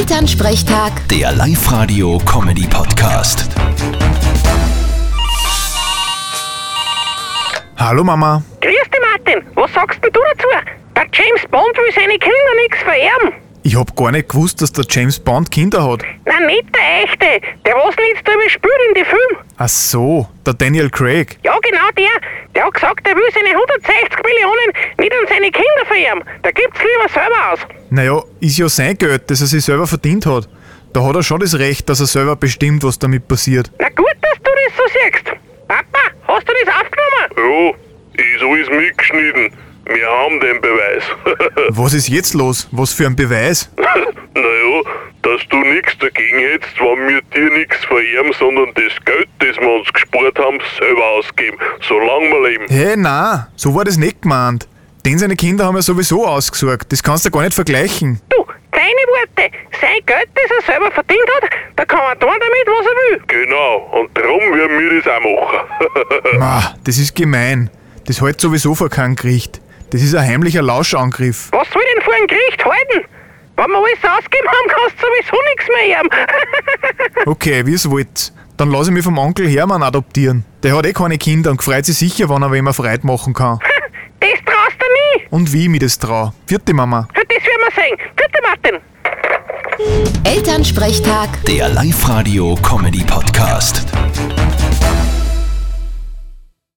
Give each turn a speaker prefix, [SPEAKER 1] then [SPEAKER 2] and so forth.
[SPEAKER 1] Elternsprechtag,
[SPEAKER 2] Der Live-Radio-Comedy-Podcast.
[SPEAKER 3] Hallo Mama.
[SPEAKER 4] Grüß dich, Martin. Was sagst denn du dazu? Der James Bond will seine Kinder nichts vererben.
[SPEAKER 3] Ich hab gar nicht gewusst, dass der James Bond Kinder hat.
[SPEAKER 4] Nein, nicht der echte. Der was nicht drüber spürt in den Film.
[SPEAKER 3] Ach so, der Daniel Craig.
[SPEAKER 4] Ja, genau der. Der hat gesagt, er will seine 160 Millionen nicht an seine Kinder vererben. Da gibt's lieber selber aus.
[SPEAKER 3] Naja, ist ja sein Geld, das er sich selber verdient hat. Da hat er schon das Recht, dass er selber bestimmt, was damit passiert.
[SPEAKER 4] Na gut, dass du das so siehst. Papa, hast du das aufgenommen?
[SPEAKER 5] Ja, ist alles mitgeschnitten. Wir haben den Beweis.
[SPEAKER 3] Was ist jetzt los? Was für ein Beweis?
[SPEAKER 5] naja, dass du nichts dagegen hättest, wenn wir dir nichts vererben, sondern das Geld, das wir uns gespart haben, selber ausgeben, solange wir leben.
[SPEAKER 3] Hä, hey, na, so war das nicht gemeint. Den seine Kinder haben ja sowieso ausgesorgt. Das kannst du gar nicht vergleichen.
[SPEAKER 4] Du, deine Worte. Sein Geld, das er selber verdient hat, da kann er tun damit, was er will.
[SPEAKER 5] Genau, und darum werden wir das auch machen.
[SPEAKER 3] Ma, das ist gemein. Das hält sowieso vor kein Gericht. Das ist ein heimlicher Lauschangriff.
[SPEAKER 4] Was soll denn vor einem Gericht halten? Wenn wir alles ausgegeben haben, kannst du sowieso nichts mehr erben.
[SPEAKER 3] Okay, wie es wollt. Dann lass ich mich vom Onkel Hermann adoptieren. Der hat eh keine Kinder und freut sich sicher, wann er wem er Freude machen kann.
[SPEAKER 4] Das traust du nie.
[SPEAKER 3] Und wie ich mich das trau. Vierte Mama.
[SPEAKER 4] Das werden wir sehen. Bitte, Martin.
[SPEAKER 1] Elternsprechtag.
[SPEAKER 2] Der Live-Radio-Comedy-Podcast.